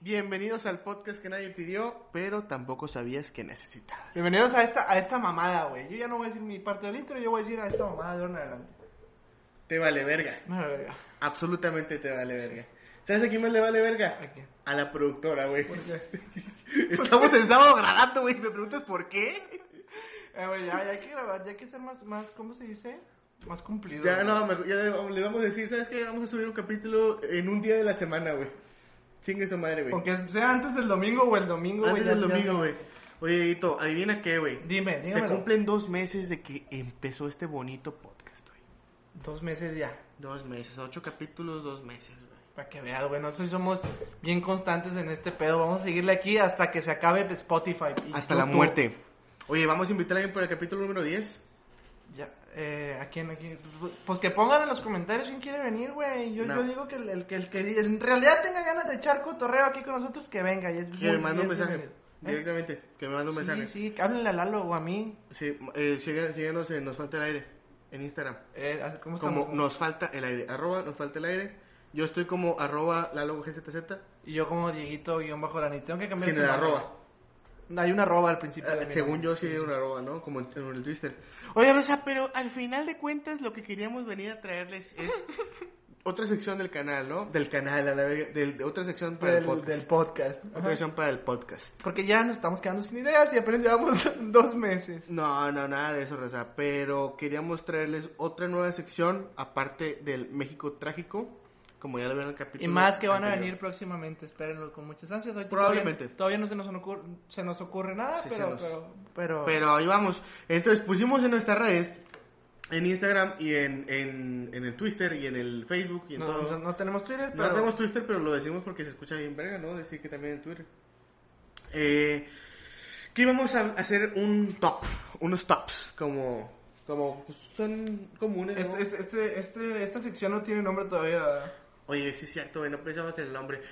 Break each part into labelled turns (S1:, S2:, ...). S1: Bienvenidos al podcast que nadie pidió, pero tampoco sabías que necesitabas.
S2: Bienvenidos a esta, a esta mamada, güey. Yo ya no voy a decir mi parte del intro, yo voy a decir a esta mamada de ahora en adelante.
S1: Te vale verga.
S2: No, la verga.
S1: Absolutamente te vale verga. ¿Sabes a quién más le vale verga?
S2: ¿A quién?
S1: A la productora, güey.
S2: ¿Por qué?
S1: Estamos en sábado grabando, güey. ¿Me preguntas por qué?
S2: Eh, güey, ya, ya hay que grabar, ya hay que ser más, más, ¿cómo se dice? Más cumplido.
S1: Ya
S2: güey.
S1: no, me- ya le le vamos a decir, ¿sabes qué? Vamos a subir un capítulo en un día de la semana, güey. Chingue su madre, güey.
S2: Aunque sea antes del domingo o el domingo, güey.
S1: Antes
S2: ya-
S1: del
S2: ya-
S1: domingo, güey. Oye, Edito, adivina qué, güey.
S2: Dime,
S1: Se
S2: dígamelo.
S1: cumplen dos meses de que empezó este bonito podcast, güey.
S2: Dos meses ya.
S1: Dos meses, ocho capítulos, dos meses, güey.
S2: Para que veas, güey. Nosotros somos bien constantes en este pedo. Vamos a seguirle aquí hasta que se acabe el Spotify. y
S1: Hasta la
S2: YouTube.
S1: muerte. Oye, vamos a invitar a alguien para el capítulo número 10.
S2: Ya, eh, ¿a quién, a quién? Pues que pongan en los comentarios quién quiere venir, güey. Yo,
S1: No.
S2: yo digo que el, el que el que en realidad tenga ganas de echar cotorreo aquí con nosotros, que venga. Y es
S1: Que me
S2: muy-
S1: mande un
S2: y es
S1: mensaje.
S2: bienvenido. ¿Eh?
S1: Directamente, que me mande un mensaje. Sí,
S2: Sí, sí, háblenle a Lalo o a mí.
S1: eh, síguenos, síguenos en Nos Falta el Aire, en Instagram.
S2: Eh, ¿Cómo estamos?
S1: Como Nos Falta el Aire, arroba Nos Falta el Aire. Yo estoy como arroba la logo GZZ,
S2: Y yo como Dieguito guión bajo la nit. Tengo que cambiar
S1: sin
S2: ese
S1: el
S2: nombre.
S1: arroba.
S2: No, Hay una arroba al principio.
S1: Ah,
S2: de mi
S1: Según
S2: nombre.
S1: yo sí era un arroba, ¿no? Como en, en el Twitter. Oye, Rosa, pero al final de cuentas lo que queríamos venir a traerles es otra sección del canal, ¿no? Del canal, a la verga, del- de otra sección para el
S2: Del,
S1: podcast.
S2: del podcast. Ajá.
S1: Otra sección para el podcast.
S2: Porque ya nos estamos quedando sin ideas y apenas llevamos dos meses.
S1: No, no, nada de eso, Rosa. Pero queríamos traerles otra nueva sección, aparte del México trágico, como ya lo vieron en el capítulo.
S2: Y más que van a
S1: anterior.
S2: venir próximamente, espérenlo con muchas ansias. Hoy
S1: Probablemente.
S2: Todavía, todavía no se nos ocurre, se nos ocurre nada,
S1: Sí,
S2: pero,
S1: se nos-
S2: pero, pero-
S1: Pero ahí vamos. Entonces pusimos en nuestras redes, en Instagram y en, en, en el Twitter y en el Facebook y en
S2: no,
S1: todo.
S2: no- no tenemos Twitter,
S1: No
S2: pero
S1: tenemos Twitter, pero lo decimos porque se escucha bien verga, ¿no? Decir que también en Twitter. Eh, que íbamos a hacer un top, unos tops, como, como pues, son comunes, ¿no?
S2: este, este- este- este- esta sección no tiene nombre todavía.
S1: Oye, sí es cierto, güey, no pensamos en el nombre.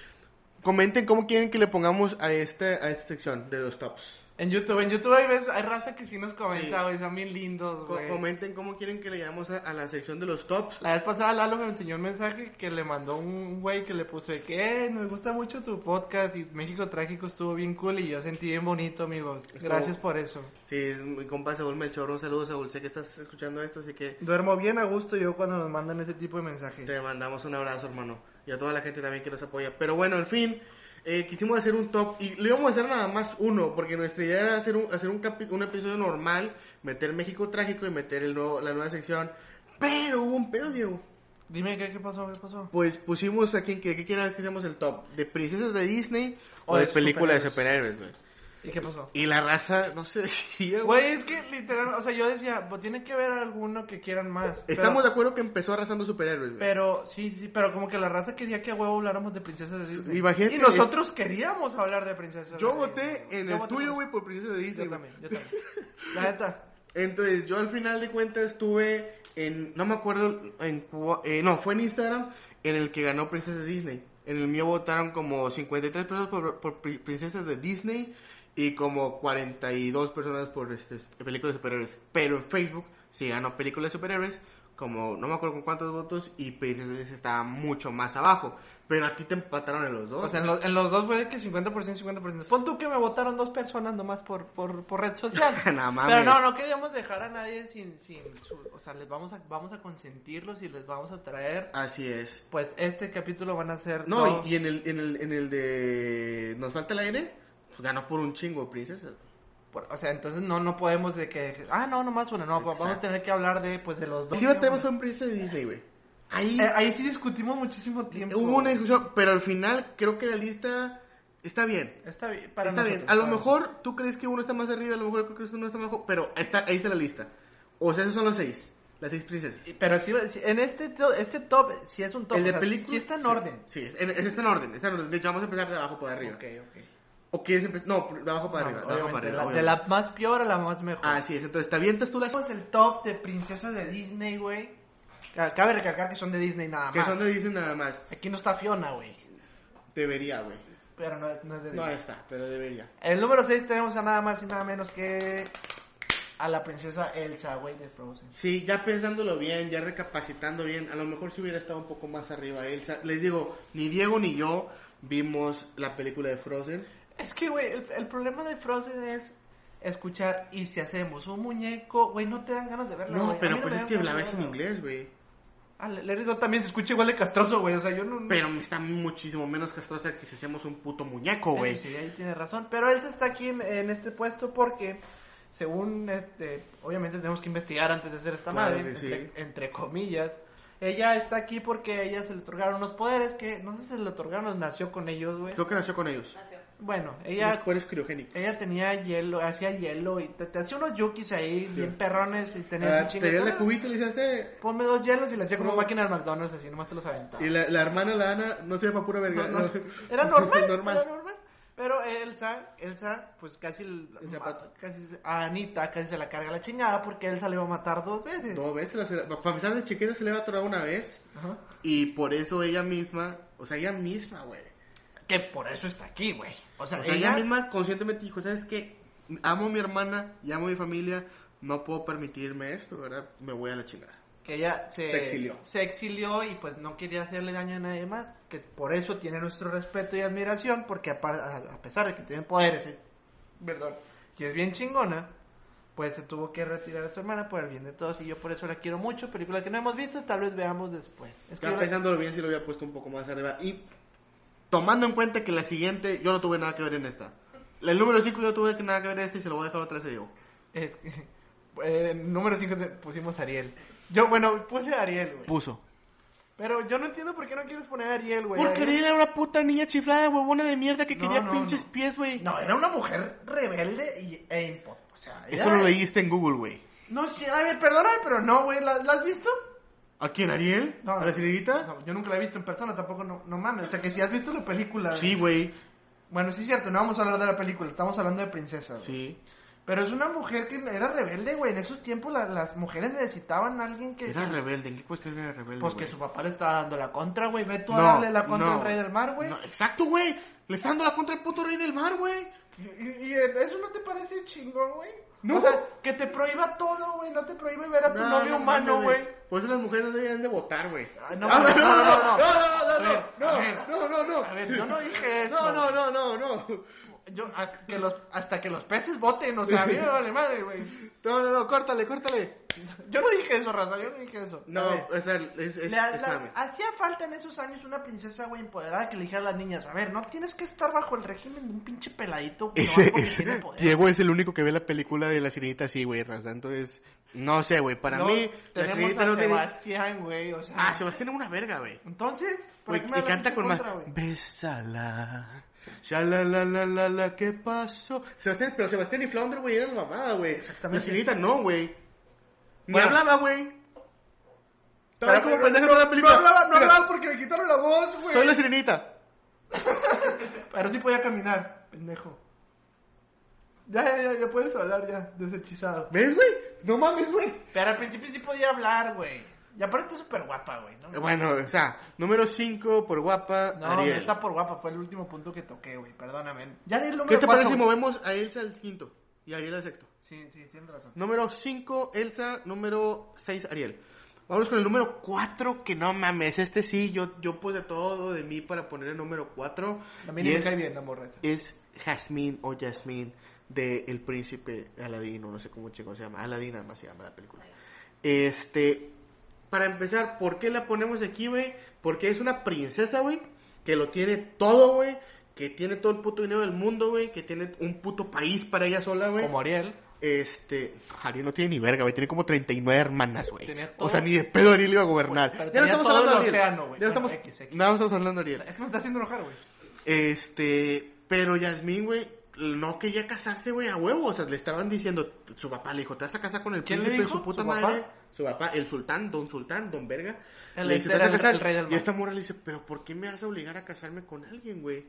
S1: Comenten cómo quieren que le pongamos a, este, a esta sección de los tops.
S2: En YouTube, en YouTube hay veces, hay raza que sí nos comenta,
S1: Sí.
S2: güey, son bien lindos,
S1: Co-
S2: güey.
S1: comenten cómo quieren que le llamemos a, a la sección de los tops.
S2: La vez pasada Lalo me enseñó un mensaje que le mandó un güey que le puso de que "Eh, me gusta mucho tu podcast y México Trágico estuvo bien cool y yo sentí bien bonito, amigos. Gracias por eso.
S1: Sí, es mi compa Saúl Melchor, un saludo Saúl, sé que estás escuchando esto, así que
S2: Duermo bien a gusto yo cuando nos mandan este tipo de mensajes.
S1: Te mandamos un abrazo, hermano. Y a toda la gente también que nos apoya. Pero bueno, en fin, eh, quisimos hacer un top. Y lo íbamos a hacer nada más uno, porque nuestra idea era hacer un, hacer un, capi- un episodio normal, meter México Trágico y meter el nuevo, la nueva sección. Pero hubo un pedo, Diego.
S2: Dime, ¿qué, qué pasó? ¿Qué pasó?
S1: Pues pusimos a quien que, que quiera que hacemos el top. ¿De princesas de Disney o,
S2: O
S1: de,
S2: de
S1: películas de
S2: superhéroes.
S1: superhéroes, güey?
S2: ¿Y qué pasó?
S1: Y la raza no se decía, güey.
S2: Güey, es que literal, o sea, yo decía, pues tiene que haber alguno que quieran más. pero-
S1: Estamos de acuerdo que empezó arrasando superhéroes, güey.
S2: Pero, sí, sí, pero como que la raza quería que a huevo habláramos de princesas de Disney.
S1: Imagínate,
S2: y nosotros queríamos hablar de princesas de
S1: Yo
S2: Disney,
S1: voté
S2: güey.
S1: en
S2: Yo
S1: el
S2: voté
S1: tuyo,
S2: por-
S1: güey, por princesas de Disney. güey.
S2: Yo también, yo también. La neta.
S1: Entonces, yo al final de cuentas estuve en, no me acuerdo, en cua- eh, no, fue en Instagram, en el que ganó Princesa Disney. En el mío votaron como 53 personas por, por pri- Princesas de Disney y como 42 personas por este, películas de superhéroes. Pero en Facebook sí ganó películas de superhéroes, como no me acuerdo con cuántos votos, y Princesa Disney estaba mucho más abajo. Pero a ti te empataron en los dos.
S2: O sea, en, lo- en los dos fue de que 50%, 50%. Pon tú que me votaron dos personas nomás por, por, por red social.
S1: No mames.
S2: Pero no, no queríamos dejar a nadie sin... sin su- o sea, les vamos a, vamos a consentirlos y les vamos a traer...
S1: Así es.
S2: Pues este capítulo van a ser...
S1: No,
S2: dos-
S1: y, y en, el, en, el, en el de Nos falta el aire, pues ganó por un chingo Princesa.
S2: por- o sea, entonces no, no podemos de que... Ah, no, nomás uno. No,
S1: Exacto.
S2: vamos a tener que hablar de, pues, de los dos.
S1: Sí, batemos con Princesa de Disney, güey. Ahí
S2: Eh, ahí sí discutimos muchísimo tiempo.
S1: hubo una discusión, pero al final creo que la lista está bien.
S2: Está bien. para
S1: está bien.
S2: nosotros,
S1: A lo
S2: para
S1: mejor tú crees que uno está más arriba, a lo mejor tú crees que uno está más abajo, pero está, ahí está la lista. O sea, esos son los seis. Las seis princesas.
S2: Pero sí, sí, en este, to- este top, si es un top.
S1: El de
S2: o sea,
S1: películas.
S2: Sí está en orden.
S1: Sí, es- en- es- está en orden. Está en orden. De hecho, vamos a empezar de abajo para arriba.
S2: Ok, ok.
S1: ¿O quieres empezar? No, de abajo para
S2: No,
S1: arriba. De abajo para
S2: obviamente,
S1: arriba.
S2: la-
S1: obviamente.
S2: de
S1: Ah,
S2: la Pues, más peor a la más mejor.
S1: Así es. Entonces, ¿te avientas tú las
S2: Tenemos el top de princesas de Disney, güey. Ca- Cabe recalcar que son de Disney nada
S1: que
S2: más.
S1: son de Disney nada más?
S2: Aquí no está Fiona, güey.
S1: Debería, güey.
S2: Pero no, es- no es de
S1: No
S2: Disney.
S1: está, pero debería.
S2: El número 6 tenemos a nada más y nada menos que a la princesa Elsa, güey, de Frozen.
S1: Sí, ya pensándolo bien, ya recapacitando bien, a lo mejor si hubiera estado un poco más arriba Elsa. Les digo, ni Diego ni yo vimos la película de Frozen.
S2: Es que, güey, el, el problema de Frozen es escuchar y si hacemos un muñeco, güey, no te dan ganas de verla.
S1: No,
S2: güey. A mí
S1: pero
S2: no
S1: pues
S2: me
S1: es
S2: dan
S1: que
S2: ganas
S1: la
S2: de
S1: ves en
S2: verla.
S1: inglés, güey.
S2: Ah, le, le digo, también se escucha igual de castroso, güey. O sea, yo no. no-
S1: Pero está muchísimo menos castrosa que si hacemos un puto muñeco,
S2: Eso
S1: güey.
S2: Sí, ahí tiene razón. Pero Elsa está aquí en, en este puesto porque, según este, obviamente tenemos que investigar antes de hacer esta
S1: Claro
S2: madre,
S1: que
S2: entre,
S1: sí.
S2: entre comillas. Ella está aquí porque a ella se le otorgaron unos poderes que no sé si se le otorgaron o nació con ellos, güey.
S1: Creo que nació con ellos.
S2: Bueno,
S1: Ella
S2: ella
S1: eres criogénicos.
S2: ella tenía hielo, hacía hielo y te, te hacía unos yukis ahí bien perrones y tenías
S1: Ah,
S2: un chingo.
S1: Te dio
S2: "Ah,
S1: la cubita y le dices, "Eh".
S2: Ponme dos hielos y le hacía como
S1: No.
S2: máquina de McDonald's, así nomás te los aventaba.
S1: Y la, la hermana, la Ana, no se llama pura verga.
S2: No, no.
S1: no.
S2: Era normal, era normal. Pero Elsa, Elsa, pues casi, el-
S1: El zapato.
S2: casi a Anita casi se la carga la chingada porque Elsa le iba a matar dos veces.
S1: Dos veces, para empezar de chiquita se le va a atorar una vez.
S2: Ajá.
S1: Y por eso ella misma, o sea, ella misma, güey.
S2: Que por eso está aquí, güey. O sea,
S1: O sea,
S2: ella,
S1: ella misma conscientemente dijo, ¿sabes qué? Amo a mi hermana y amo a mi familia, no puedo permitirme esto, ¿verdad? Me voy a la chingada.
S2: que ella se,
S1: se exilió.
S2: se exilió y pues no quería hacerle daño a nadie más. Que por eso tiene nuestro respeto y admiración porque a, par- a- a pesar de que tiene poderes, eh, perdón, y es bien chingona. Pues se tuvo que retirar a su hermana por el bien de todos y yo por eso la quiero mucho. Película que no hemos visto, tal vez veamos después. Es que
S1: Ya
S2: yo la-
S1: pensándolo bien, si lo había puesto un poco más arriba. Y tomando en cuenta que la siguiente, yo no tuve nada que ver en esta. El número 5 yo tuve que nada que ver en esta y se lo voy a dejar otra vez a Diego.
S2: Es que, eh, número 5 pusimos Ariel. Yo, bueno, puse a Ariel, güey.
S1: Puso.
S2: Pero yo no entiendo por qué no quieres poner a Ariel, güey.
S1: Porque
S2: Ariel-
S1: Ariel era una puta niña chiflada, huevona de mierda que
S2: No,
S1: quería
S2: no,
S1: pinches
S2: no.
S1: pies, güey.
S2: No, era una mujer rebelde y, e impotente. O sea,
S1: Eso
S2: ella-
S1: lo leíste en Google, güey.
S2: No, sí, a ver, perdóname, pero no, güey. ¿La, la has visto?
S1: ¿A quién, Ariel?
S2: No.
S1: ¿A la sirenita?
S2: No, yo nunca la he visto en persona, tampoco, no, no mames. O sea, que si has visto la película.
S1: Sí, güey.
S2: Bueno, sí es cierto, no vamos a hablar de la película, estamos hablando de princesas. güey.
S1: Sí.
S2: Pero es una mujer que era rebelde, güey. En esos tiempos la- las mujeres necesitaban a alguien que...
S1: Era rebelde. ¿En qué cuestión era rebelde?
S2: Pues que
S1: güey?
S2: su papá le estaba dando la contra, güey. Ve tú a
S1: No,
S2: darle la contra
S1: no.
S2: al rey del mar, güey.
S1: No, exacto, güey. Le está dando la contra al puto rey del mar, güey.
S2: Y, y eso no te parece chingón, güey.
S1: No.
S2: O sea, que te prohíba todo, güey. No te prohíbe ver a tu
S1: No,
S2: novio
S1: no,
S2: humano,
S1: no,
S2: güey.
S1: Por eso las mujeres no deberían de votar, güey.
S2: Ah, no,
S1: Ah,
S2: no, no, no,
S1: no, no, no,
S2: no. A ver,
S1: no, no, no.
S2: A ver, yo no dije eso.
S1: No, no, no, no, no.
S2: Yo, hasta que los, hasta que los peces voten, o sea, a mí me vale madre, güey.
S1: No, no, no, córtale, córtale.
S2: Yo no dije eso, Raza, yo no dije eso.
S1: No,
S2: A ver,
S1: o sea, es, es,
S2: la- ah,
S1: es
S2: las-
S1: mame.
S2: hacía falta en esos años una princesa, güey, empoderada que le dijera a las niñas, a ver, no tienes que estar bajo el régimen de un pinche peladito, güey,
S1: Ese-
S2: porque
S1: ese-
S2: tiene poder.
S1: Diego es el único que ve la película de la sirenita así, güey, raza. Entonces, no sé, güey. Para
S2: No,
S1: mí, la
S2: tenemos
S1: sirenita
S2: a
S1: no tiene-
S2: Sebastián, güey, o sea.
S1: Ah, Sebastián es una verga, güey.
S2: Entonces, ¿por
S1: Güey,
S2: qué me
S1: y
S2: hablas
S1: canta
S2: en
S1: con más.
S2: contra, güey?
S1: Bésala. Ya la la la la la, ¿qué pasó? Sebastián, pero Sebastián y Flounder, güey, eran la mamada, güey.
S2: Exactamente.
S1: La sirenita no, güey. Ni
S2: Bueno.
S1: hablaba, güey. Estaba
S2: Pero-
S1: ahí como
S2: pero-
S1: pendejo toda la película. Mira,
S2: porque le quitaron la voz,
S1: Soy la sirenita.
S2: Pero sí podía caminar, pendejo. Ya, ya, ya, ya puedes hablar ya, deshechizado.
S1: ¿Ves, güey? No mames, güey.
S2: Pero al principio sí podía hablar, güey. Y aparte está súper guapa, güey. No,
S1: Bueno, o sea, número 5 por guapa.
S2: no, no
S1: Ariel.
S2: está por guapa, fue el último punto que toqué, güey. Perdóname. Ya di el número
S1: ¿Qué te
S2: cuatro,
S1: parece si
S2: güey.
S1: movemos a Elsa al quinto y a Ariel al sexto?
S2: Sí, sí, tienes razón.
S1: Número 5, Elsa. Número 6, Ariel. Vamos con el número 4, que no mames, este sí, yo, yo puse todo de mí para poner el número 4.
S2: A mí ni me cae bien la morra esa.
S1: Es Jasmine o Jasmine de El Príncipe Aladín, o no sé cómo chico se llama. Aladín además se llama la película. Este, para empezar, ¿por qué la ponemos aquí, güey? Porque es una princesa, güey, que lo tiene todo, güey. Que tiene todo el puto dinero del mundo, güey. Que tiene un puto país para ella sola, güey.
S2: Como Ariel.
S1: Este, Ariel no tiene ni verga, güey. Tiene como 39 hermanas, güey.
S2: Tenía todo. Pues,
S1: O sea, ni de pedo Ariel iba a gobernar.
S2: Pero
S1: ya no
S2: tenía
S1: estamos
S2: todo
S1: hablando de
S2: el
S1: Ariel.
S2: océano, güey.
S1: ya no
S2: Bueno,
S1: estamos,
S2: X, X.
S1: no estamos hablando de Ariel.
S2: Es que me está haciendo enojar, güey.
S1: Este, pero Yasmín, güey, no quería casarse, güey, a huevo. O sea, le estaban diciendo, su papá le dijo, te vas a casar con el
S2: ¿Quién le
S1: príncipe de
S2: dijo?
S1: su puta
S2: ¿Su papá?
S1: madre. Su papá, el sultán, don sultán, don verga.
S2: El-
S1: le dice,
S2: el-
S1: "Te vas a
S2: el-
S1: casar".
S2: el rey del
S1: Y
S2: mar.
S1: esta morra le dice, pero ¿por qué me vas a obligar a casarme con alguien, güey?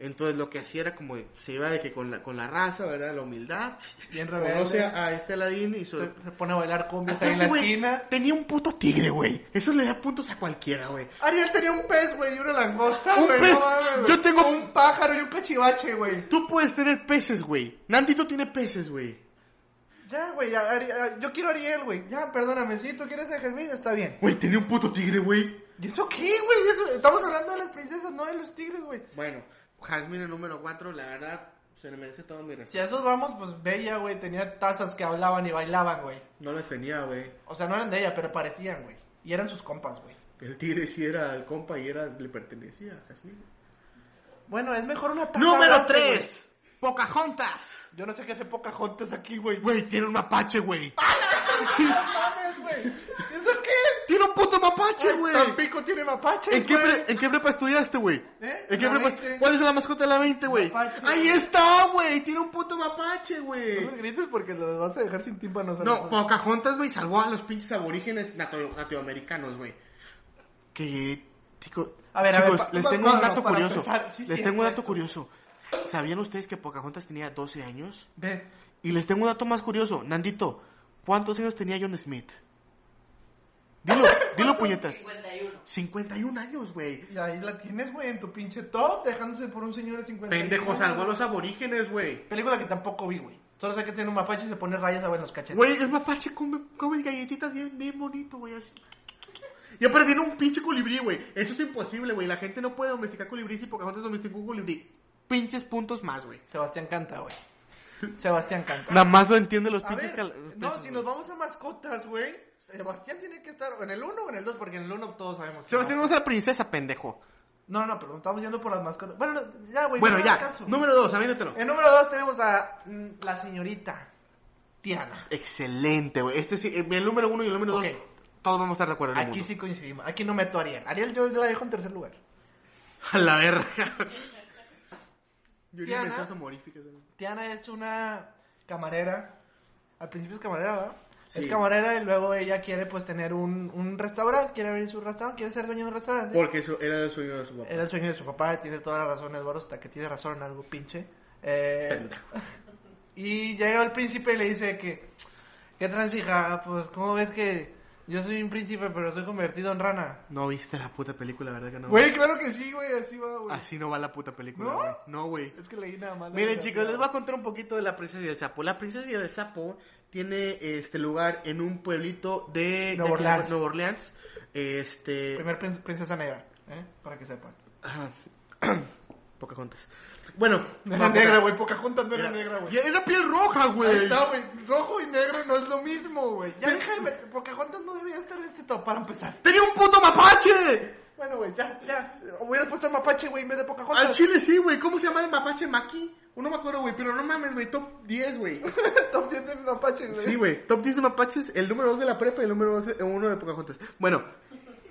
S1: Entonces lo que hacía era como, de- se iba de que con la, con la raza, ¿verdad? La humildad.
S2: Bien rebelde.
S1: Conoce a este Aladín y su...
S2: Se, se pone a bailar cumbias ahí
S1: Aparte,
S2: en la
S1: güey,
S2: esquina.
S1: Tenía un puto tigre, güey. Eso le da puntos a cualquiera, güey.
S2: Ariel tenía un pez, güey, y una langosta,
S1: Un
S2: güey,
S1: pez.
S2: mames, güey.
S1: Yo tengo-
S2: un pájaro y un cachivache, güey.
S1: Tú puedes tener peces, güey. Nandito tiene peces, güey.
S2: Ya, güey, ya, Ari- ya, yo quiero a Ariel, güey. Ya, perdóname, si tú quieres a Jasmine, está bien.
S1: Güey, tenía un puto tigre, güey.
S2: ¿Y eso qué, güey? Eso- Estamos hablando de las princesas, no de los tigres, güey.
S1: Bueno, Jasmine el número 4, la verdad, se le merece todo mi
S2: Si
S1: respeto.
S2: a esos vamos, pues Bella, güey, tenía tazas que hablaban y bailaban, güey.
S1: No las tenía, güey.
S2: O sea, no eran de ella, pero parecían, güey. Y eran sus compas, güey.
S1: El tigre sí era el compa y era, le pertenecía a Jasmine.
S2: Bueno, es mejor una taza.
S1: Número
S2: grande,
S1: 3, Pocahontas.
S2: güey. Yo no sé qué hace Pocahontas aquí, güey.
S1: Güey, tiene un mapache, güey.
S2: ¡No mames, güey! ¿Y ¿Eso qué?
S1: Tiene un puto mapache,
S2: Ay,
S1: güey.
S2: Tampico tiene mapaches,
S1: ¿En qué,
S2: güey.
S1: pre- ¿En qué prepa estudiaste, güey?
S2: ¿Eh?
S1: ¿En qué
S2: La
S1: prepa?
S2: 20.
S1: ¿Cuál es la mascota de la 20, güey?
S2: Mapache.
S1: Ahí está, güey. Tiene un puto mapache, güey.
S2: No me grites porque los vas a dejar sin tímpanos. a
S1: No,
S2: los-
S1: Pocahontas, güey, salvó a los pinches aborígenes nato- nativoamericanos, güey. Que, tico-
S2: A ver, a ver,
S1: chicos,
S2: pa-
S1: les
S2: pa-
S1: tengo un
S2: no, no,
S1: dato
S2: para
S1: curioso.
S2: empezar, sí es
S1: les
S2: cierto
S1: tengo un dato
S2: eso.
S1: curioso. ¿Sabían ustedes que Pocahontas tenía 12 años?
S2: ¿Ves?
S1: Y les tengo un dato más curioso. Nandito, ¿cuántos años tenía John Smith? Dilo, dilo puñetas.
S3: 51.
S1: 51 años, güey.
S2: Y ahí la tienes, güey, en tu pinche top, dejándose por un señor de 50
S1: Pendejo, salvó a los aborígenes, güey.
S2: Película que tampoco vi, güey. Solo sé que tiene un mapache y se pone rayas a ver los cachetes.
S1: Güey, el mapache come, come galletitas bien, bien bonito, güey, así. Y aparte tiene un pinche colibrí, güey. Eso es imposible, güey. La gente no puede domesticar colibrí si Pocahontas domesticó un colibrí. Pinches puntos más, güey.
S2: Sebastián canta, güey. Sebastián canta.
S1: Nada más lo entienden los
S2: A
S1: pinches...
S2: ver,
S1: cal-
S2: no,
S1: peces,
S2: si
S1: güey.
S2: nos vamos a mascotas, güey. Sebastián tiene que estar o en el 1 o en el 2, porque en el 1 todos sabemos. que
S1: Sebastián,
S2: no.
S1: vamos a la princesa, pendejo.
S2: No, no, pero estamos yendo por las mascotas. Bueno, no, ya, güey.
S1: bueno,
S2: no
S1: ya.
S2: hagas caso.
S1: Número dos, aviéntatelo.
S2: En número 2 tenemos a mm, la señorita Tiana.
S1: Excelente, güey. Este sí, el número uno y el número
S2: Ok.
S1: dos. Todos vamos a estar de acuerdo en el
S2: Aquí
S1: mundo.
S2: sí coincidimos. Aquí no meto a Ariel. Ariel yo la dejo en tercer lugar.
S1: A la verga. Yo
S2: Tiana.
S1: mensajes humoríficas, güey.
S2: Tiana es una camarera. Al principio es camarera, ¿verdad?
S1: Sí.
S2: Es camarera y luego ella quiere pues tener un, un restaurante, quiere abrir su restaurante, quiere ser dueña de un restaurante.
S1: Porque eso era el sueño de su papá.
S2: Era el sueño de su papá, tiene toda la razón Eduardo, hasta que tiene razón en algo pinche. Eh, y llega el príncipe y le dice que, ¿qué trans hija? Pues, ¿cómo ves que yo soy un príncipe pero soy convertido en rana?
S1: No viste la puta película, ¿verdad que no?
S2: Güey, claro que sí, güey, así va, güey.
S1: Así no va la puta película,
S2: ¿No?
S1: güey. No, güey.
S2: Es que leí nada más. la
S1: Ah, Miren,
S2: biografía.
S1: chicos, les voy a contar un poquito de la princesa y el sapo. La princesa y el sapo tiene este lugar en un pueblito de
S2: Nueva
S1: de-
S2: Orleans.
S1: Nueva Orleans. Este.
S2: Primer prin- princesa negra, ¿eh? Para que sepan.
S1: ajá, Pocahontas. Bueno,
S2: No
S1: vamos a-
S2: güey, Pocahontas no
S1: Era- Ya Era piel roja, güey.
S2: Ahí está, güey. Rojo y negro no es lo mismo, güey. Ya deja de meter. Pocahontas no debería estar en este top para empezar.
S1: ¡Tenía un puto mapache!
S2: Bueno, güey, ya, ya. Hubieras puesto a mapache, güey, en vez de Pocahontas.
S1: Al chile sí, güey. ¿Cómo se llama el mapache maqui? No me acuerdo, güey, pero no mames, güey. Top 10, güey.
S2: top 10 de mapaches, güey.
S1: Sí, güey. Top 10 de mapaches, el número 2 de la prepa y el número 1 de Pocahontas. Bueno,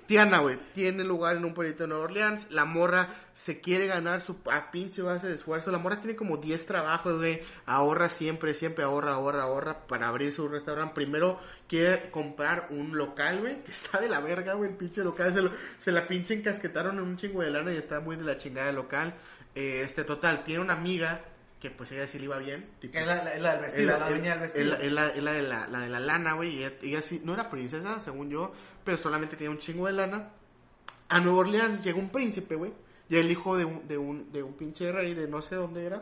S1: Tiana, güey, tiene lugar en un proyecto de Nueva Orleans. La morra se quiere ganar su a pinche base de esfuerzo. La morra tiene como 10 trabajos, güey. Ahorra siempre, siempre ahorra, ahorra, ahorra para abrir su restaurante. Primero quiere comprar un local, güey, que está de la verga, güey, el pinche local. Se, lo- se la pinche encasquetaron en un chingo de lana y está muy de la chingada el local. Eh, este, total, tiene una amiga que pues ella sí le iba bien. tipo-
S2: Que es la, la, la del
S1: es
S2: vestido,
S1: la,
S2: la, dueña del
S1: es-
S2: vestido.
S1: es la- es la de la, la de la lana, güey. y Ella, ella sí, no era princesa, según yo, pero solamente tenía un chingo de lana. A Nueva Orleans llega un príncipe, güey. Y el hijo de un, de, un, de un pinche rey de no sé dónde era.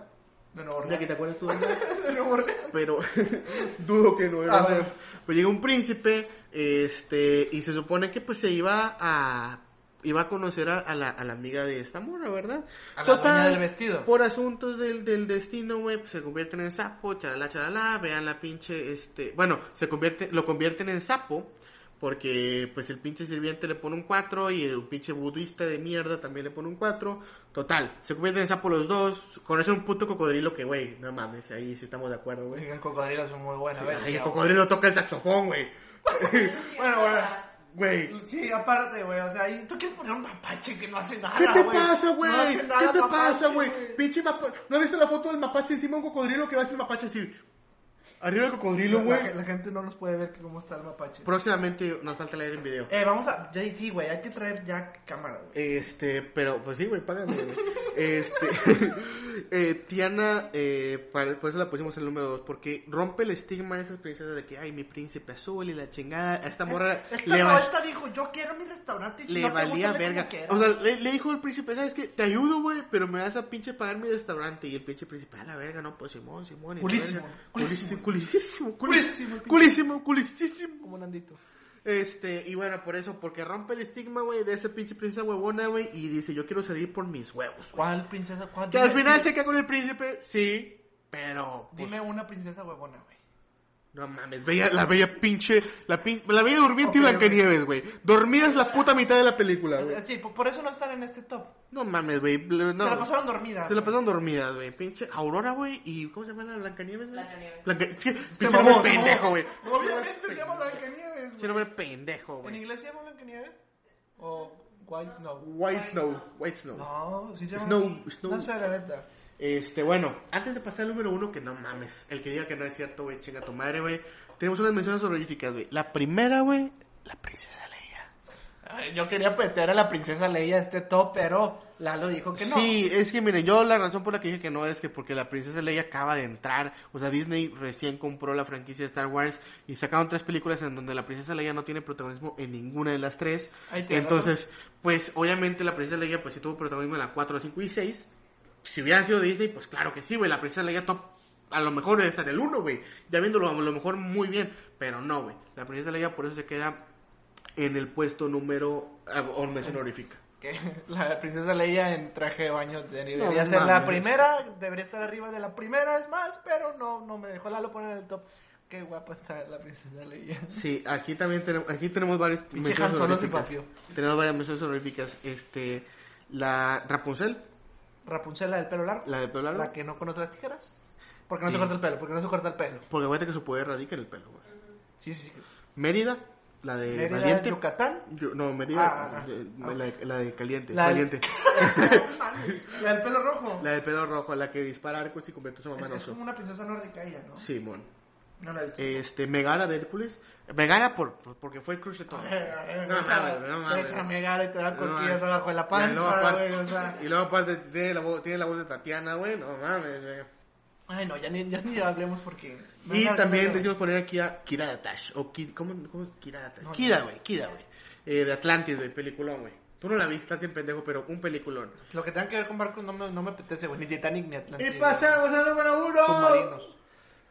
S2: de Nueva
S1: Ya que
S2: Orleans.
S1: te acuerdas tú dónde era,
S2: De Nueva Orleans.
S1: Pero dudo que no era.
S2: Ah,
S1: güey.
S2: bueno.
S1: Pues llega un príncipe, este, y se supone que pues se iba a. Iba a conocer a, a la, a la amiga de esta morra, ¿verdad?
S2: A la dueña del vestido.
S1: Por asuntos del, del destino, güey, pues, se convierten en sapo, chalala, chalala, vean la pinche, este, bueno, se convierte, lo convierten en sapo, porque pues el pinche sirviente le pone un 4 y el pinche budista de mierda también le pone un 4. Total, se convierten en sapo los dos, conocen un puto cocodrilo que, güey, no mames, ahí sí estamos de acuerdo, güey.
S2: Oigan, cocodrilos son muy buenas,
S1: Sí,
S2: ¿ves?
S1: ay, el cocodrilo toca el saxofón, güey.
S2: Bueno, bueno.
S1: Güey.
S2: Sí, aparte, güey, o sea, ¿y tú quieres poner un mapache que no hace nada,
S1: ¿Qué te
S2: güey?
S1: pasa, Ah, güey?
S2: No hace nada,
S1: ¿Qué te
S2: mapache,
S1: pasa, güey? Pinche mapa... ¿No has visto la foto del mapache encima de un cocodrilo que va a ser el mapache así? Arriba del cocodrilo,
S2: La-
S1: güey.
S2: La, la gente no nos puede ver que cómo está el mapache.
S1: Próximamente nos falta leer el video.
S2: Eh, vamos a... Ya, sí, güey, hay que traer ya cámara, güey.
S1: Este, pero, pues sí, güey, págame, güey. Este, eh, Tiana, eh, para- por eso la pusimos el número 2, porque rompe el estigma de esas princesas de que, ay, mi príncipe azul y la chingada, a esta morra
S2: Esta
S1: le, va-
S2: vuelta dijo, yo quiero mi restaurante y si
S1: le
S2: no te gusta,
S1: valía
S2: ve como
S1: verga.
S2: quieras".
S1: O sea, le, le dijo el príncipe, ¿sabes qué? Te ayudo, güey, pero me vas a pinche pagar mi restaurante. Y el pinche príncipe, a la verga, no, pues Simón, Simón. y la
S2: Culísimo,
S1: verga.
S2: culísimo.
S1: Culísimo, culísimo,
S2: Culísimo,
S1: culísimo,
S2: el pinche-
S1: culísimo, culísimo.
S2: Como Nandito.
S1: Este, y bueno, por eso, porque rompe el estigma, güey, de esa pinche princesa huevona, güey, y dice, yo quiero salir por mis huevos. güey".
S2: ¿Cuál princesa? ¿Cuál?
S1: Que al
S2: Dime-
S1: final se queda con el príncipe, sí, pero... pues,
S2: Dime una princesa huevona, güey.
S1: No mames, bella, la bella pinche... La, pin- la bella durmiente
S2: Ok,
S1: y Blancanieves, güey. Dormidas la puta mitad de la película, güey.
S2: Sí, por por eso no están en este top.
S1: No mames, güey. le- No.
S2: Se la pasaron dormida.
S1: Se la pasaron dormidas, güey. Pinche Aurora, güey, y... ¿Cómo se llama la Blancanieves? güey?
S3: Blancanieves.
S1: Blanca... Sí,
S2: Se
S1: pinche
S2: mamó,
S1: nombre
S2: se mamó.
S1: pendejo, güey.
S2: Obviamente se llama Blancanieves,
S1: Pinche
S2: güey.
S1: nombre pendejo,
S2: ¿En
S1: güey.
S2: inglés se llama Blancanieves? ¿O White Snow?
S1: White Snow, White Snow.
S2: No, sí se llama.
S1: Snow- Snow.
S2: No sé, la neta.
S1: Este, bueno, antes de pasar al número uno, que no mames, el que diga que no es cierto, güey, chinga tu madre, güey. Tenemos unas menciones honoríficas, güey. La primera, güey, la princesa Leia.
S2: Ay, Yo quería meter a la princesa Leia a este top, pero Lalo dijo que no.
S1: Sí, es que miren, yo la razón por la que dije que no es que porque la princesa Leia acaba de entrar, o sea, Disney recién compró la franquicia de Star Wars y sacaron tres películas en donde la princesa Leia no tiene protagonismo en ninguna de las tres.
S2: Ahí tienes
S1: Entonces, pues obviamente la princesa Leia pues sí tuvo protagonismo en la 4, 5 y 6. Si hubieran sido Disney, pues claro que sí, güey, la princesa Leia top a lo mejor está en el 1, güey. Ya viéndolo a lo mejor muy bien, pero no, güey. La princesa Leia por eso se queda en el puesto número ah, o mención honorífica.
S2: Que la princesa Leia en traje de baño debería
S1: No
S2: ser la
S1: mames.
S2: primera, debería estar arriba de la primera, es más, pero no, no me dejó Lalo poner en el top. Qué guapa está la princesa Leia.
S1: Sí, aquí también tenemos, aquí tenemos varias
S2: Pinche
S1: menciones
S2: Han Solo sin
S1: honoríficas. Tenemos varias menciones honoríficas. Este, la Rapunzel,
S2: Rapunzel, la del pelo largo.
S1: la de pelo largo.
S2: La que no conoce las tijeras. Porque no se
S1: Sí.
S2: corta el pelo, porque no se corta el pelo.
S1: Porque acuérdate que su poder radica en el pelo, güey.
S2: Sí, sí.
S1: Mérida, la de
S2: Mérida,
S1: Eh, Valiente.
S2: Yucatán.
S1: Yo- no, Mérida,
S2: Ah, ah,
S1: eh,
S2: ah.
S1: La, de- la de Caliente,
S2: La-
S1: Valiente.
S2: la del pelo rojo.
S1: La de pelo rojo, la que dispara arcos y convierte a su mamá
S2: es,
S1: en
S2: es
S1: oso.
S2: como una princesa nórdica ella, ¿no?
S1: Simón.
S2: No la he visto.
S1: Este, Megara de Hércules. Megara por, por- porque fue el crush de todo.
S2: A ver, a ver,
S1: Eh, No
S2: esa-
S1: mames, no mames.
S2: esa megara y te da
S1: No mames.
S2: cosquillas abajo de la
S1: Y luego
S2: panza,
S1: aparte-
S2: güey, o sea.
S1: Y luego aparte tiene la voz, tiene la voz de Tatiana, güey. No mames, güey.
S2: Ay, no, ya ni, ya ni hablemos porque...
S1: Y
S2: Megara,
S1: también
S2: Megara.
S1: decimos poner aquí a Kira Datash. O Ki- ¿cómo, ¿Cómo es Kira Datash?
S2: No,
S1: Kira,
S2: no.
S1: güey. Kira, güey. Eh, de Atlantis, güey. Peliculón, güey. Tú no la viste, estás bien pendejo, pero un peliculón.
S2: Lo que tenga que ver con barcos no me, no me apetece, güey. Ni Titanic ni
S1: Y
S2: Atlantis.
S1: pasamos al número uno.
S2: submarinos.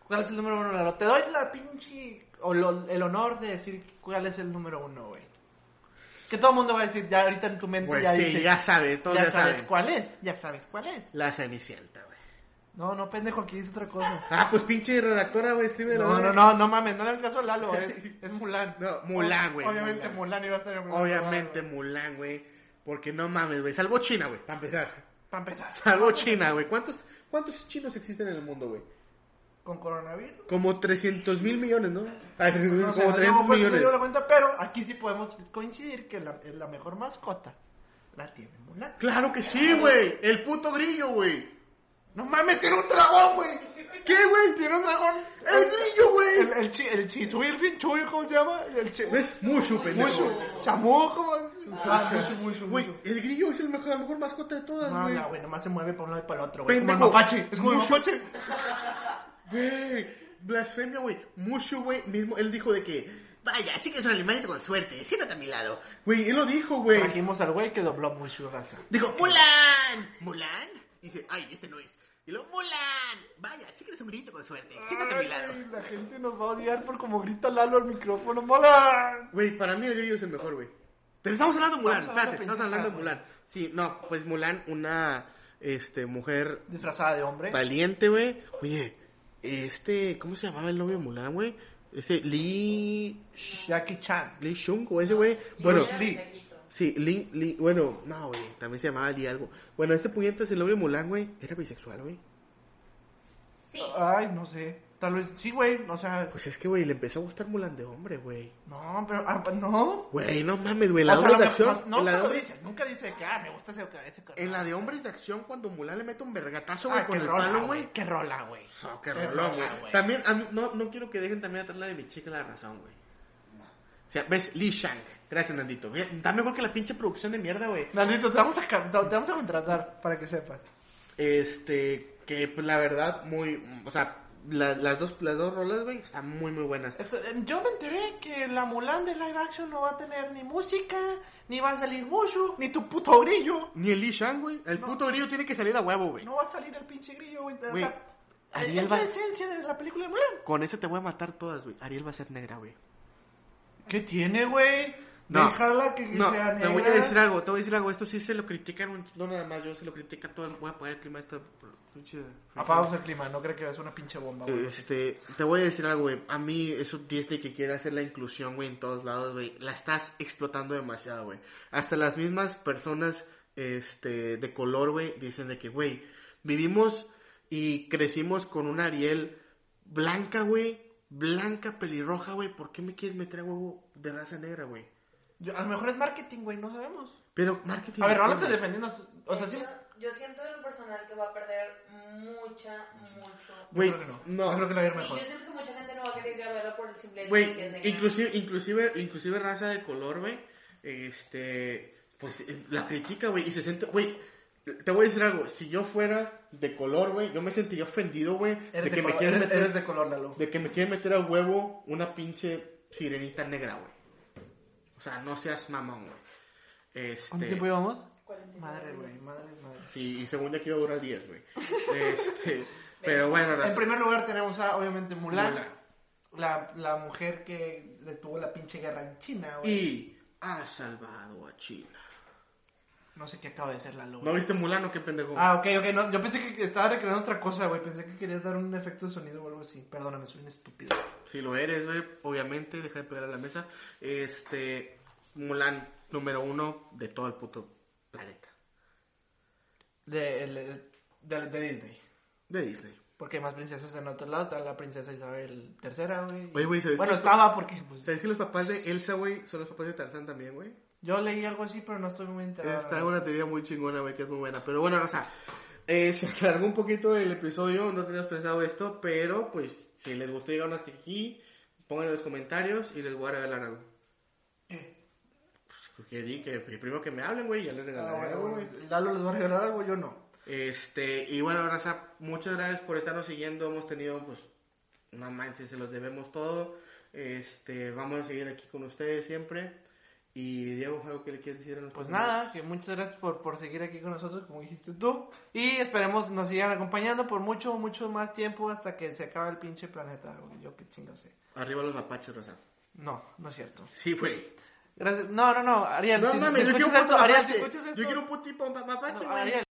S2: ¿Cuál es el número uno, Lalo? Te doy la pinche. O lo- el honor de decir cuál es el número uno, güey. Que todo el mundo va a decir, ya ahorita en tu mente
S1: Güey,
S2: ya
S1: sí,
S2: dices.
S1: ya sabe, todos
S2: ya
S1: ya,
S2: sabes
S1: saben.
S2: cuál es, ya sabes cuál es.
S1: La Cenicienta, güey.
S2: No, no, pendejo, aquí dice otra cosa.
S1: Ah, pues pinche redactora, güey, escribe
S2: No, no, no, no mames, no le hagas caso a Lalo, es, es Mulan.
S1: No, Mulan, güey,
S2: Obviamente
S1: Mulan.
S2: Mulan iba a estar en primer
S1: Obviamente
S2: lugar,
S1: Mulan, güey. Porque no mames, güey. Salvo China, güey, para empezar.
S2: güey. Para empezar.
S1: Salvo China, güey. ¿Cuántos, ¿Cuántos chinos existen en el mundo, güey?
S2: Con coronavirus.
S1: Como 300 mil millones, ¿no? Ay,
S2: No sé,
S1: como 300
S2: no pues, no
S1: millones.
S2: llevo la cuenta, pero aquí sí podemos coincidir que la, la mejor mascota la tiene Mulan.
S1: Claro que sí, güey. El puto grillo, güey.
S2: No mames, tiene un dragón, güey.
S1: ¿Qué, güey?
S2: Tiene un dragón.
S1: El grillo, güey.
S2: El, el, chi, el chisuir, fin, chuy, ¿cómo se llama? El chi,
S1: Es Mushu, pendejo.
S2: mushu. Chamú, ¿cómo se llama? Ah, mushu, mushu,
S1: Güey,
S2: mushu.
S1: el grillo es el mejor, la mejor mascota de todas,
S2: No,
S1: güey.
S2: no, güey, nomás se mueve para un lado y para el otro, güey. Como el
S1: Pendejo.
S2: mapache. Es como el
S1: Mushu.
S2: mapache.
S1: Güey, blasfemia, güey. Mushu, güey, mismo. Él dijo de que... Vaya, sí que es un animalito con suerte. Siéntate a mi lado. Güey, él lo dijo, güey.
S2: Trajimos al güey que dobló mushu, raza.
S1: Digo, Mulan, Mulan. Y dice, ay, este no es. Y luego, Mulan, vaya, sí que eres un grito con suerte. Siéntate a mi lado.
S2: Ay, La gente nos va a odiar por como grita Lalo al micrófono. ¡Mola!
S1: Güey, para mí el grillo es el mejor, güey. Pero estamos hablando de Mulan,
S2: Estamos hablando
S1: espérate,
S2: de
S1: estamos hablando de
S2: princesas,
S1: Mulan. Sí, no, pues Mulan, una este, mujer
S2: Disfrazada de hombre.
S1: valiente, güey. Oye, este, ¿cómo se llamaba el novio de Mulan, güey? Este, Lee.
S2: Jackie Chan.
S1: Lee Shung, o ese güey. Bueno,
S2: Bruce Lee.
S1: sí, Lee, Lee, bueno, no, güey, también se llamaba Lee algo. Bueno, este puñetazo, el novio de Mulan, güey, era bisexual, güey.
S3: Sí.
S2: Ay, no sé. Tal vez, sí, güey, o sea,
S1: Pues es que, güey, le empezó a gustar Mulan de hombre, güey.
S2: no, pero, ah, no.
S1: Güey, no mames, güey. La
S2: O sea,
S1: obra
S2: lo
S1: de
S2: que-
S1: acción.
S2: no,
S1: en, la de
S2: nunca lo
S1: hombres,
S2: dice, nunca dice que, ah, me gusta ese, ese carnal.
S1: en la de hombres de acción, cuando Mulan le mete un vergatazo, güey,
S2: Ah,
S1: con
S2: qué
S1: el
S2: rola,
S1: palo,
S2: güey,
S1: güey.
S2: qué rola, güey.
S1: So, qué
S2: Qué
S1: rolón,
S2: rola,
S1: güey.
S2: güey.
S1: También, a mí- no, no quiero que dejen también atrás la de mi chica la razón, güey. O sea, ves, Lee Shang. Gracias, Nandito. Mira, Está mejor que la pinche producción de mierda, güey.
S2: Nandito, te vamos, a, ca- te vamos a contratar para que sepas.
S1: Este, que pues, la verdad, muy. O sea, la- las, dos, las dos rolas, güey, están muy, muy buenas.
S2: Esto- eh, yo me enteré que la Mulan de live action no va a tener ni música, ni va a salir Mushu, ni tu puto grillo.
S1: Ni el Lee Shang, güey. El
S2: No.
S1: puto grillo tiene que salir a huevo, güey.
S2: No va a salir el pinche grillo, güey. O
S1: Güey,
S2: sea, eh, es
S1: Ariel
S2: es
S1: va-
S2: la esencia de la película de Mulan.
S1: Con ese te voy a matar todas, güey. Ariel va a ser negra, güey.
S2: ¿Qué tiene, güey?
S1: No.
S2: Déjala que, que
S1: No,
S2: sea
S1: te voy a
S2: negra.
S1: decir algo, te voy a decir algo. Esto sí se lo critican, un- no nada más yo, se lo critica todo. el- Voy a poner el clima a esta pinche-
S2: Apagamos el clima, no creo que es una pinche bomba, güey.
S1: Este, te voy a decir algo, güey. A mí, eso Disney que quiere hacer la inclusión, güey, en todos lados, güey. La estás explotando demasiado, güey. Hasta las mismas personas, este, de color, güey, dicen de que, güey, vivimos y crecimos con una Ariel blanca, güey. Blanca, pelirroja, güey. ¿Por qué me quieres meter a huevo de raza negra, güey?
S2: Yo- a lo mejor es marketing, güey, no sabemos.
S1: Pero marketing.
S2: A ver, no lo
S1: güey.
S2: estoy defendiendo. O sea, sí.
S3: Yo, yo siento de lo personal que va a perder mucha, mucho.
S1: Güey,
S2: yo creo que no.
S1: no.
S2: Yo creo que la ver
S3: Sí,
S2: mejor.
S3: yo siento que mucha gente no va a querer ir a verlo por el simple hecho de que es
S1: Güey,
S3: negra.
S1: inclusive, inclusive, inclusive raza de color, güey, este, pues eh, la critica, güey, y se siente, güey, te voy a decir algo, si yo fuera de color, güey, yo me sentiría ofendido, güey, de,
S2: Eres de,
S1: que me
S2: color,
S1: quieren
S2: eres,
S1: meter,
S2: eres de color, Lalo.
S1: de que me quieren meter a huevo una pinche sirenita negra, güey. O sea, no seas mamón, güey.
S2: ¿Cuánto
S1: Este,
S2: tiempo llevamos?
S3: 49
S2: Madre, güey, madre, madre.
S1: sí, y según yo aquí va a durar 10, güey. Este, pero bueno,
S2: En
S1: raza,
S2: primer lugar tenemos a, obviamente, Mulan.
S1: Mulan.
S2: La, la mujer que detuvo la pinche guerra en China, güey.
S1: y ha salvado a China.
S2: No sé qué acaba de hacer Lalo. güey.
S1: ¿No viste Mulano? Qué pendejo.
S2: Ah, ok, ok. no, yo pensé que estaba recreando otra cosa, güey. Pensé que querías dar un efecto de sonido o algo así. Perdóname, soy un estúpido.
S1: Si lo eres, güey, obviamente, deja de pegar a la mesa. Este, Mulan número uno de todo el puto planeta.
S2: De, el- el- de, de Disney.
S1: De Disney.
S2: Porque hay más princesas en otros lados. Está la princesa Isabel III, güey.
S1: Oye, güey, ¿sabes
S2: Bueno,
S1: qué?
S2: estaba porque pues,
S1: ¿Sabes que los papás de Elsa, güey, son los papás de Tarzán también, güey?
S2: yo leí algo así, pero no estoy muy enterado. Ah,
S1: Está una teoría muy chingona, güey, que es muy buena. Pero bueno, Rosa, eh, se alargó un poquito el episodio, no teníamos pensado esto, pero pues, si les gustó llegaron hasta aquí, pongan en los comentarios y les voy a regalar algo.
S2: Eh,
S1: Pues, que, di- que, que primero que me hablen, güey, ya les
S2: ah,
S1: regalaré
S2: bueno,
S1: algo, güey.
S2: güey, Lalo les va a regalar algo, yo no.
S1: Este, y bueno, raza, muchas gracias por estarnos siguiendo. Hemos tenido, pues, no manches, se los debemos todo. Este, vamos a seguir aquí con ustedes siempre. Y Diego, ¿algo que le quieres decir a nuestros
S2: Pues
S1: amigos?
S2: nada, que muchas gracias por, por seguir aquí con nosotros, como dijiste tú. Y esperemos nos sigan acompañando por mucho, mucho más tiempo hasta que se acabe el pinche planeta, güey. Yo qué chingo sé.
S1: Arriba los mapaches, raza.
S2: No, no es cierto.
S1: Sí, güey.
S2: Gracias. No, no, no, Ariel.
S1: No
S2: si,
S1: mames,
S2: si
S1: yo quiero
S2: escuchas
S1: un puto
S2: esto, Ariel, si
S1: mapache.
S2: escuchas esto.
S1: Yo quiero un puto tipo mapache,
S2: No,
S1: güey.
S2: Ariel,